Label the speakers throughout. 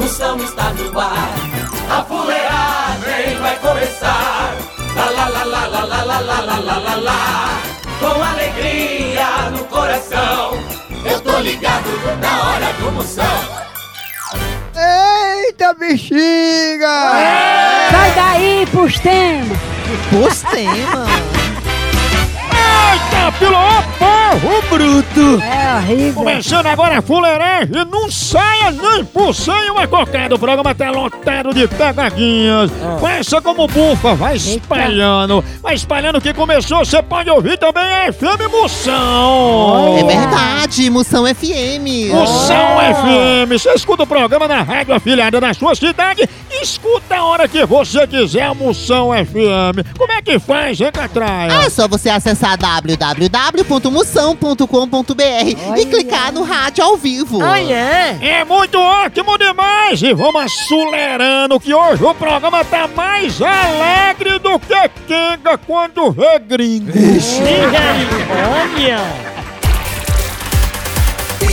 Speaker 1: Moção está no ar, a fuleagem vai começar. Lá lá lá lá lá lá lá lá lá lá lá lá, com alegria no coração, eu tô ligado na hora do Moção.
Speaker 2: Eita bexiga!
Speaker 3: Sai daí, postemos!
Speaker 4: Eita, pelo porro bruto!
Speaker 3: É horrível.
Speaker 4: Começando agora a fuleiragem, não saia nem por sem uma cocada. O programa tá lotado de pegadinhas. Conheça como bufa, vai espalhando. Vai espalhando que começou, você pode ouvir também a FM Moção.
Speaker 5: É verdade, Moção FM.
Speaker 4: Moção FM, você escuta o programa na rádio afiliada da sua cidade e escuta a hora que você quiser a Moção FM. Como é que faz, hein, Catraia?
Speaker 5: É só você acessar www.moção.com.br e clicar no rádio ao vivo.
Speaker 4: É muito ótimo demais! E vamos acelerando que hoje o programa tá mais alegre do que quenga quando vê gringo.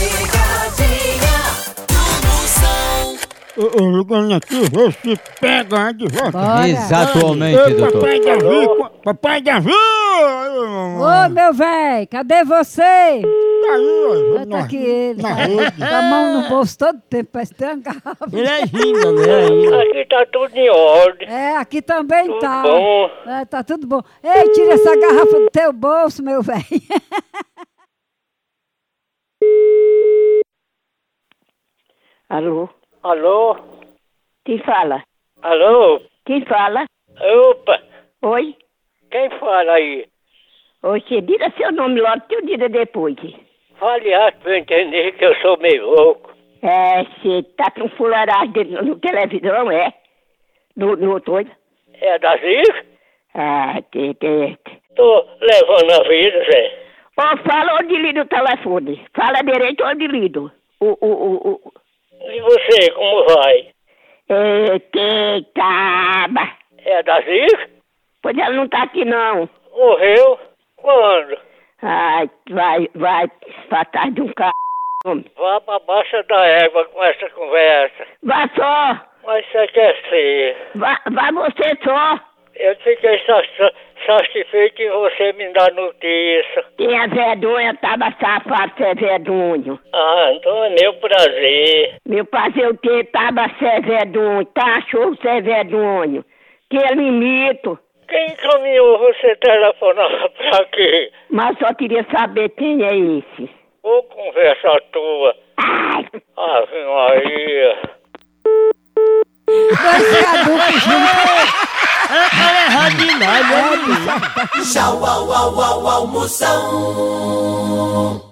Speaker 1: Picadinha do Moção.
Speaker 4: Eu eu ligando aqui, vê se pega aí de volta.
Speaker 3: Bora.
Speaker 6: Exatamente,
Speaker 4: Ei,
Speaker 6: doutor.
Speaker 4: papai Davi, qua- papai Davi!
Speaker 3: Ô, meu velho, cadê você?
Speaker 4: Tá aí, ó.
Speaker 3: Ah,
Speaker 4: na-
Speaker 3: Tá aqui ele.
Speaker 4: na rede.
Speaker 3: Com a mão no bolso todo tempo, parece que tem uma garrafa.
Speaker 4: É.
Speaker 6: é né?
Speaker 7: Aqui tá tudo em ordem.
Speaker 3: É, aqui também
Speaker 7: Tudo
Speaker 3: tá.
Speaker 7: bom.
Speaker 3: É, tá tudo bom. Ei, tira essa garrafa do teu bolso, meu velho.
Speaker 8: Alô?
Speaker 7: Alô?
Speaker 8: Quem fala?
Speaker 7: Alô?
Speaker 8: Quem fala?
Speaker 7: Opa!
Speaker 8: Oi?
Speaker 7: Quem fala aí?
Speaker 8: Oi, você diga seu nome logo, teu dia depois.
Speaker 7: Fale alto pra eu entender que eu sou meio louco.
Speaker 8: É, você tá com fularagem dentro no, no televisão, é? No, no outro.
Speaker 7: É da Zica?
Speaker 8: Ah, que, que...
Speaker 7: Tô levando a vida, Zé.
Speaker 8: Ó, fala onde lido o telefone. Fala direito onde lido. O, o, o, o...
Speaker 7: E você, como vai?
Speaker 8: É, que caba.
Speaker 7: É da Zica?
Speaker 8: Pois ela não tá aqui, não.
Speaker 7: Morreu? Quando?
Speaker 8: Ai, vai, vai, pra trás de um carro.
Speaker 7: Vá pra baixa da égua com essa conversa.
Speaker 8: Vai só,
Speaker 7: Mas você quer ser?
Speaker 8: vai, vai você só.
Speaker 7: Eu fiquei sa- sa- satisfeito em você me dar notícia.
Speaker 8: Tenha vergonha, tava safado, cê é vergonho.
Speaker 7: Ah, então é meu prazer.
Speaker 8: Meu fazer o quê? Tava cê vergonho, tá? Show cê vergonho. Que eu limito.
Speaker 7: Quem caminhou você telefonava pra quê?
Speaker 8: Mas só queria saber quem é esse.
Speaker 7: Ô, conversa tua. Ah,
Speaker 8: Ai,
Speaker 7: Ave Maria.
Speaker 1: Tchau, au, au, au, almoção.